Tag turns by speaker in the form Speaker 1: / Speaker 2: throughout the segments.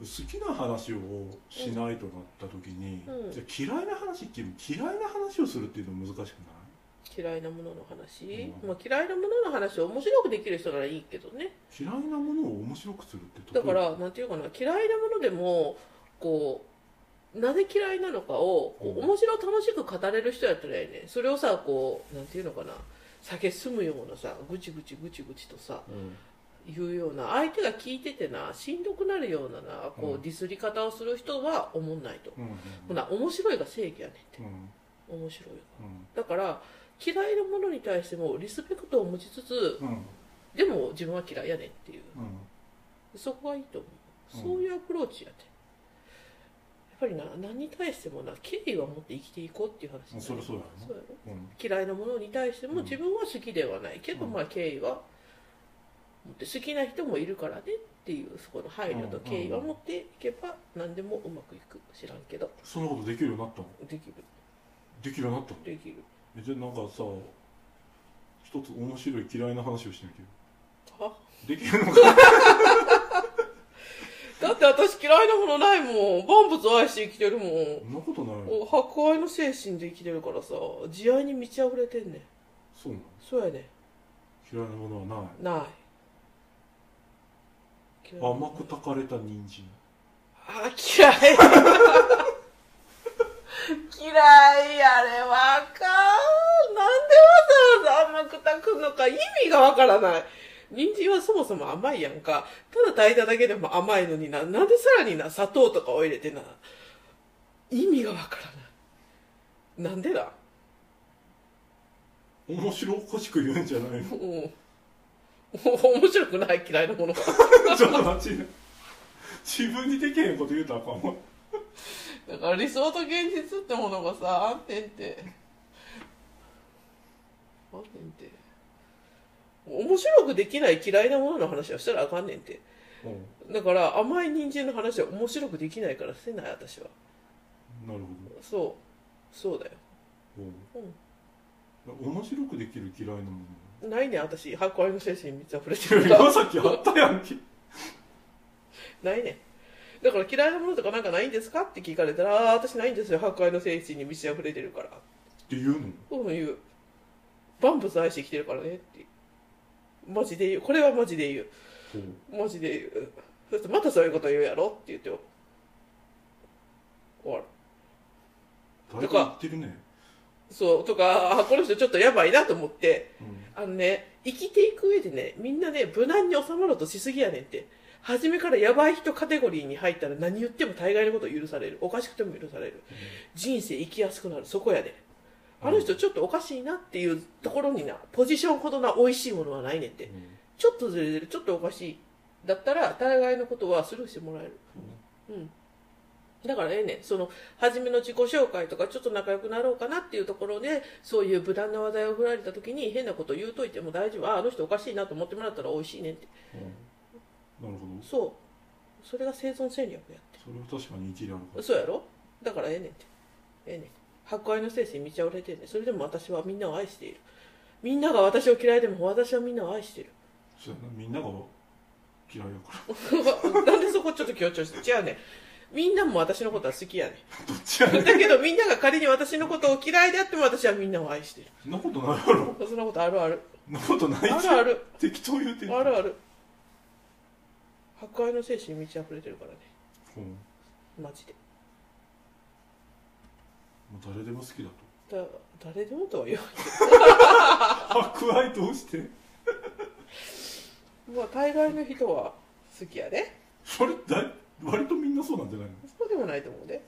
Speaker 1: 好きな話をしないとなった時に、
Speaker 2: うん
Speaker 1: じゃあ嫌いな話っていう嫌いな話をするっていうの難しくない
Speaker 2: 嫌いなものの話、
Speaker 1: うん
Speaker 2: まあ、嫌いなものの話を面白くできる人ならいいけどね
Speaker 1: 嫌いなものを面白くするって
Speaker 2: だ
Speaker 1: 得意
Speaker 2: からなんていうかな嫌いなものでもこうなぜ嫌いなのかをこう
Speaker 1: うん
Speaker 2: 面白楽しく語れる人やったらいいねそれをさこうなんていうのかな酒すむようなさぐちぐちぐちぐちとさ
Speaker 1: うん
Speaker 2: 言うような相手が聞いててなしんどくなるようななこ
Speaker 1: う
Speaker 2: うんディスり方をする人は思んないと、
Speaker 1: うんうん
Speaker 2: ほな面白いが正義やねんって
Speaker 1: うん
Speaker 2: 面白いが
Speaker 1: うん
Speaker 2: だから嫌いなものに対してもリスペクトを持ちつつ
Speaker 1: うん
Speaker 2: でも自分は嫌いやねんっていう
Speaker 1: うん
Speaker 2: そこがいいと思
Speaker 1: うん
Speaker 2: うそういうアプローチやてやっぱりな何に対してもな敬意は持って生きていこうっていう話
Speaker 1: まあそりゃそうだよね
Speaker 2: そうやろ
Speaker 1: うん
Speaker 2: 嫌いなものに対して
Speaker 1: う
Speaker 2: も
Speaker 1: ん
Speaker 2: 自分は好きではないけど、
Speaker 1: うん
Speaker 2: まあ敬意は持って好きな人もいるからねっていうそこの配慮と
Speaker 1: うん
Speaker 2: 敬意は持っていけば何でもうまくいく知らんけど
Speaker 1: そんなことできるようになったの
Speaker 2: できる
Speaker 1: できるようになったの
Speaker 2: できる
Speaker 1: えじゃあなんかさ一つ面白い嫌いな話をしてみてよ
Speaker 2: あ
Speaker 1: できるのか
Speaker 2: だって私嫌いなものないもん万物を愛して生きてるもん
Speaker 1: そんなことない
Speaker 2: お博愛の精神で生きてるからさ慈愛に満ち溢れてんねん
Speaker 1: そうなの
Speaker 2: そうやね
Speaker 1: 嫌いなものはない
Speaker 2: んない嫌いな
Speaker 1: 甘く炊かれた人参
Speaker 2: あ嫌い嫌いあれわかんなんでわざわざ甘く炊くのか意味がわからない人参はそもそも甘いやんかただ炊いただけでも甘いのにななんでさらにな砂糖とかを入れてな意味がわからないなんでだ
Speaker 1: 面白おかしく言うんじゃないの
Speaker 2: うん面白くない嫌いなものが
Speaker 1: ちょっと待って自分にできへんこと言うたらあかんわ
Speaker 2: だから理想と現実ってものがさ安定って安定って面白くできない嫌いなものの話はしたらあかんねんて
Speaker 1: うん
Speaker 2: だから甘い人参の話は面白くできないからせない私は
Speaker 1: なる
Speaker 2: そうそうだよ、
Speaker 1: ほど、うん、面白くできる嫌いなも
Speaker 2: うん、ないねん私博愛の精神に満ち溢れて
Speaker 1: の
Speaker 2: るから
Speaker 1: 岩崎あったやんけ
Speaker 2: ないねんだから嫌いなものとかなんかないんですかって聞かれたらあー私ないんですよ博愛の精神に満ち溢れてるから
Speaker 1: って言うの
Speaker 2: そういう万物愛して生きてるからねってマジで言うこれはマジで言
Speaker 1: そう
Speaker 2: うマジで言うそしてまたそういうこと言うやろって言って終わる
Speaker 1: だいぶ言ってるね、
Speaker 2: そうとかあこの人ちょっとやばいなと思って
Speaker 1: うん、
Speaker 2: あのね生きていく上でねみんなね無難に収まろうとしすぎやねんって初めからやばい人カテゴリーに入ったら何言っても大概のことを許されるおかしくても許される人生生きやすくなるそこやであの人ちょっとおかしいなっていうところになポジションほどな美味しいものはないねんって
Speaker 1: うん
Speaker 2: ちょっとずれてるちょっとおかしいだったら大概のことはスルーしてもらえるうんだからええねんその初めの自己紹介とかちょっと仲良くなろうかなっていうところでそういう無断な話題を振られた時に変なこと言うといても大丈夫ああの人おかしいなと思ってもらったら美味しいねんって
Speaker 1: うんなるほど
Speaker 2: そうそれが生存戦略や
Speaker 1: それは確かに一理あるか
Speaker 2: そうやろだからええねんてええねん博愛の精神に満ち溢れてんねんそれでも私はみんなを愛しているみんなが私を嫌いでも私はみんなを愛している
Speaker 1: そうやなみんなが嫌いやから
Speaker 2: なんでそこちょっと強調して違うねんみんなも私のことは好きやね
Speaker 1: どっちやね
Speaker 2: ん
Speaker 1: ん
Speaker 2: だけどみんなが仮に私のことを嫌いであっても私はみんなを愛している
Speaker 1: そんなことないやろ
Speaker 2: そんなことあるある
Speaker 1: そんなことない
Speaker 2: あ
Speaker 1: じゃん
Speaker 2: るある
Speaker 1: 適当言うて
Speaker 2: あるある博愛の精神に満ち溢れてるからね
Speaker 1: うんも
Speaker 2: マジで
Speaker 1: う誰でも好きだと
Speaker 2: だ誰でもとは言わ
Speaker 1: 博愛どうして
Speaker 2: んまあ大概の人は好きやね
Speaker 1: それだい割とみんなそうなんじゃないの
Speaker 2: そうでもないと思うで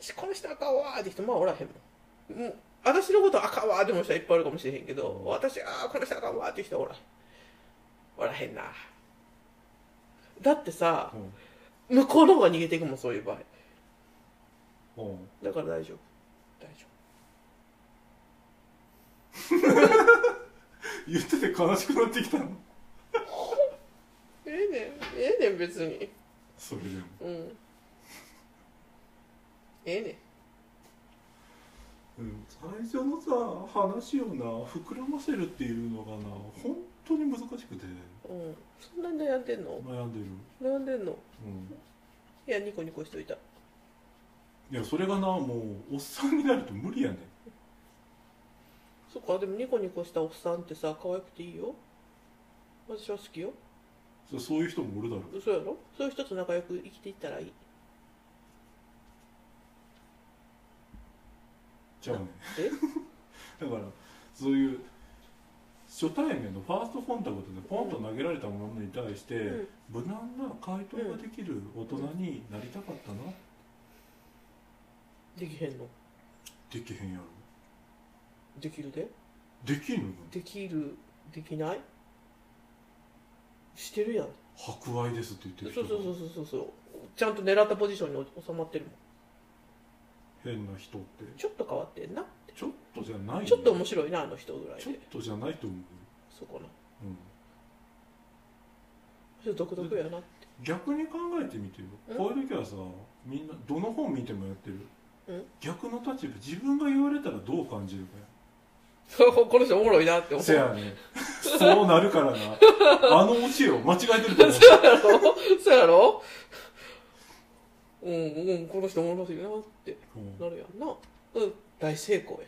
Speaker 2: しこの人あかんわーって人まあおらへんもん、うん、私のことあかんわーって思う人はいっぱいあるかもしれへんけど、
Speaker 1: うん
Speaker 2: 私あーこの人あかんわーって人はおらへんおらへんなだってさ
Speaker 1: う
Speaker 2: 向こうの方が逃げていくもんそういう場合
Speaker 1: んうん
Speaker 2: だから大丈夫大丈
Speaker 1: 言ってて悲しくなってきたの
Speaker 2: 夫ええねんええねん別に
Speaker 1: それでも
Speaker 2: うんええね
Speaker 1: う
Speaker 2: ん
Speaker 1: ん最初のさ話をな膨らませるっていうのがな本当に難しくて
Speaker 2: うん、そんなに悩んでんの
Speaker 1: 悩んでる、
Speaker 2: 悩んでんの
Speaker 1: うん、
Speaker 2: いやニコニコしといた
Speaker 1: いやそれがなもうおっさんになると無理やねん
Speaker 2: そっかでもニコニコしたおっさんってさ可愛くていいよ私は好きよ
Speaker 1: そそういう人もおるだろ
Speaker 2: 嘘やろそういう人と仲良く生きていったらいい
Speaker 1: ちゃうねん
Speaker 2: え
Speaker 1: だからそういう初対面のファーストコンタクトでポンと投げられたものに対して、
Speaker 2: うん
Speaker 1: 無難な回答ができる大人になりたかったな、
Speaker 2: できへんの
Speaker 1: できへんやろ
Speaker 2: できるで
Speaker 1: できんの
Speaker 2: できるできないしてるやん
Speaker 1: 博愛ですって言って
Speaker 2: そう
Speaker 1: る人
Speaker 2: そう
Speaker 1: が
Speaker 2: そうそうそうそうちゃんと狙ったポジションに収まってるもん
Speaker 1: 変な人って
Speaker 2: ちょっと変わってんな
Speaker 1: ちょっとじゃないよ
Speaker 2: ちょっと面白いなあの人ぐらい
Speaker 1: ちょっ
Speaker 2: で
Speaker 1: とじゃないと思う、
Speaker 2: そうかな
Speaker 1: うん、
Speaker 2: ちょっと独特やな
Speaker 1: 逆に考えてみてよ
Speaker 2: うん
Speaker 1: こういう時はさみんなどの本見てもやってる、
Speaker 2: うん
Speaker 1: 逆の立場自分が言われたらどう感じるかや
Speaker 2: この人おもろいなって思う
Speaker 1: せや ねそうなるからなあのオチよ間違えてると思う
Speaker 2: そうやろ そうやろうんうんこの人おもろいなって
Speaker 1: うんだ
Speaker 2: なるやんなうん大成功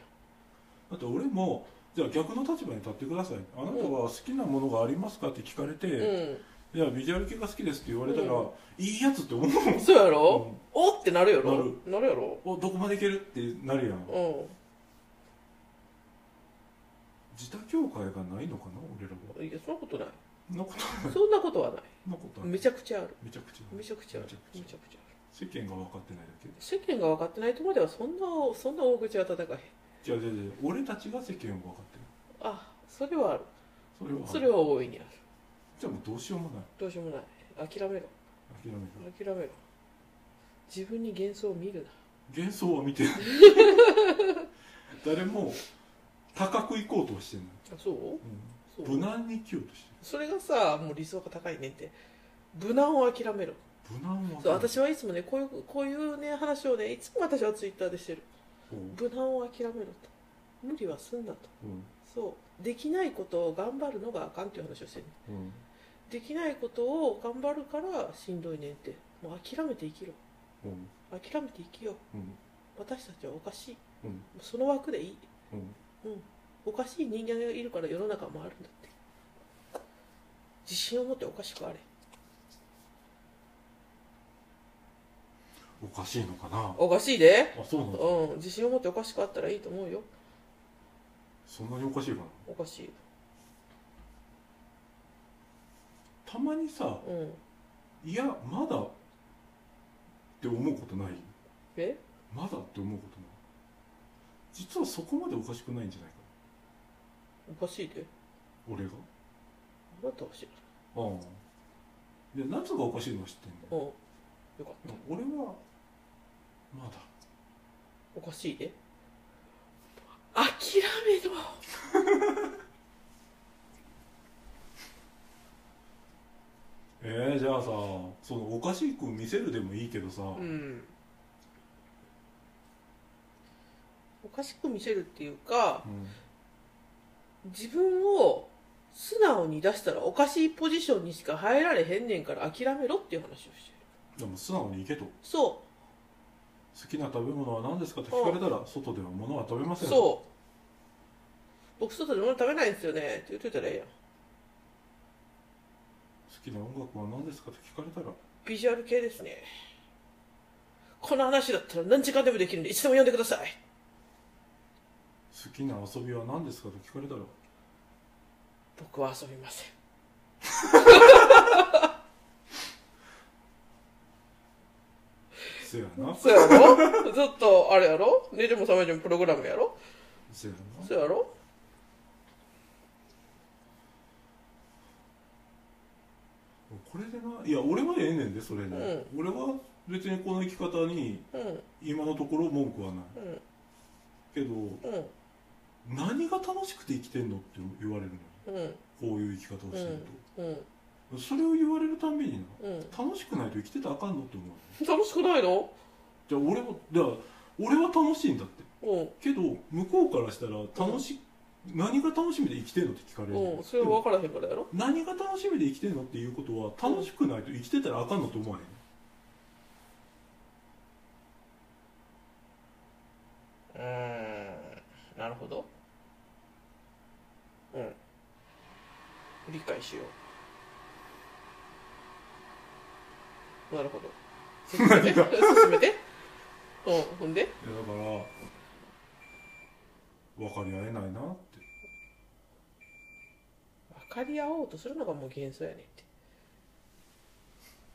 Speaker 2: や
Speaker 1: って俺もじゃあ逆の立場に立ってくださいあなたは好きなものがありますかって聞かれて、じゃあビジュアル系が好きですって言われたら、
Speaker 2: う
Speaker 1: いいやつって思うもん
Speaker 2: うんそうやろ、おってなるやろ
Speaker 1: な
Speaker 2: なるやろ
Speaker 1: おどこまでいけるってなるやん
Speaker 2: う
Speaker 1: 自他境界がないのかな俺らは
Speaker 2: んいやそんなことない
Speaker 1: そんなことない
Speaker 2: そんなことはない
Speaker 1: そんなことない
Speaker 2: めちゃくちゃある
Speaker 1: めちゃくちゃ
Speaker 2: めちゃくちゃあるめ
Speaker 1: め
Speaker 2: ち
Speaker 1: ち
Speaker 2: ゃ
Speaker 1: ゃ
Speaker 2: くちゃあ
Speaker 1: 世
Speaker 2: る
Speaker 1: 間が分かってないだけ
Speaker 2: 世間が分かってないところではそんなそんな大口は叩かへん
Speaker 1: じゃあじゃあじゃあ俺たちが世間を分かってる
Speaker 2: あそれはある
Speaker 1: それは
Speaker 2: それは大いにある
Speaker 1: じゃあもうどうしようもない
Speaker 2: どうしようもない諦めろ
Speaker 1: 諦める
Speaker 2: 諦めろ自分に幻想を見るな
Speaker 1: 幻想は見 てない誰も高く行こうとはしてない、
Speaker 2: あそう
Speaker 1: う
Speaker 2: そ
Speaker 1: ん
Speaker 2: う
Speaker 1: 無難に生きようとして
Speaker 2: それがさもう理想が高いねんって無難を諦めろ
Speaker 1: る無難は
Speaker 2: そう私はいつもねこういうこういうね話をねいつも私はツイッターでしてる
Speaker 1: こう
Speaker 2: 無難を諦めろと無理はすんなと
Speaker 1: うん
Speaker 2: そうできないことを頑張るのがあかんっていう話をしてる
Speaker 1: うん
Speaker 2: できないことを頑張るからしんどいねんってもう諦めて生きろ
Speaker 1: うん
Speaker 2: 諦めて生きよう
Speaker 1: うん
Speaker 2: 私たちはおかしいも
Speaker 1: うん
Speaker 2: うその枠でいい
Speaker 1: うん
Speaker 2: うんおかしい人間がいるから世の中もあるんだって自信を持っておかしくあれ
Speaker 1: おかしいのかな
Speaker 2: おかしいで
Speaker 1: あそうなんだ
Speaker 2: うん自信を持っておかしくあったらいいと思うよ
Speaker 1: そんなにおかしいかな
Speaker 2: おかしい
Speaker 1: たまにさ
Speaker 2: うん
Speaker 1: いやまだって思うことない
Speaker 2: え
Speaker 1: まだって思うことない実はそこまでおかしくないんじゃないか
Speaker 2: おかしいで
Speaker 1: な俺が
Speaker 2: あなたは知ら
Speaker 1: ああで夏がおかしいのは知ってんだよ
Speaker 2: んうんよかった
Speaker 1: 俺はまだ
Speaker 2: おかしいで諦めろ
Speaker 1: えー、じゃあさそのおかしく見せるでもいいけどさ、
Speaker 2: うんおかしく見せるっていうか
Speaker 1: うん
Speaker 2: 自分を素直に出したらおかしいポジションにしか入られへんねんから諦めろっていう話をしてる
Speaker 1: でも素直にいけと好
Speaker 2: そ
Speaker 1: きな食べ物は何ですかと聞かれたら外では物は食べま
Speaker 2: う
Speaker 1: せん
Speaker 2: そう僕外で物食べないんですよねって言っといたらええやん
Speaker 1: 好きな音楽は何ですかと聞かれたら
Speaker 2: ビジュアル系ですねこの話だったら何時間でもできるんでいつでも呼んでください
Speaker 1: 好きな遊びは何ですかと聞かれたら
Speaker 2: 僕は遊びません
Speaker 1: せやな
Speaker 2: そうやろ ずっとあれやろ寝ても覚めてもプログラムやろ
Speaker 1: せやな
Speaker 2: そうやろ
Speaker 1: これでないや俺はええねんでそれで、
Speaker 2: う
Speaker 1: 俺は別にこの生き方に
Speaker 2: うん
Speaker 1: 今のところ文句はない
Speaker 2: うん
Speaker 1: けど
Speaker 2: うん
Speaker 1: 何が楽しくて生きてんのって言われるのよ
Speaker 2: うん
Speaker 1: こういう生き方をしてる
Speaker 2: うん
Speaker 1: と、それを言われるたんびにな
Speaker 2: うん
Speaker 1: 楽しくないと生きてたらあかんのって思う
Speaker 2: 楽しくないの
Speaker 1: じゃあ俺はだから俺は楽しいんだって
Speaker 2: う
Speaker 1: けど向こうからしたら楽し、何が楽しみで生きてんのって聞かれるの
Speaker 2: ん
Speaker 1: よ、
Speaker 2: うんそれは分からへんからやろ
Speaker 1: 何が楽しみで生きてんのっていうことは楽しくないと生きてたらあかんのと思わへん
Speaker 2: うーんなるほどうん理解しようなるほど進め て
Speaker 1: 何が
Speaker 2: 進めてうんほんで
Speaker 1: いやだから分かり合えないなって
Speaker 2: 分かり合おうとするのがもう幻想やねんって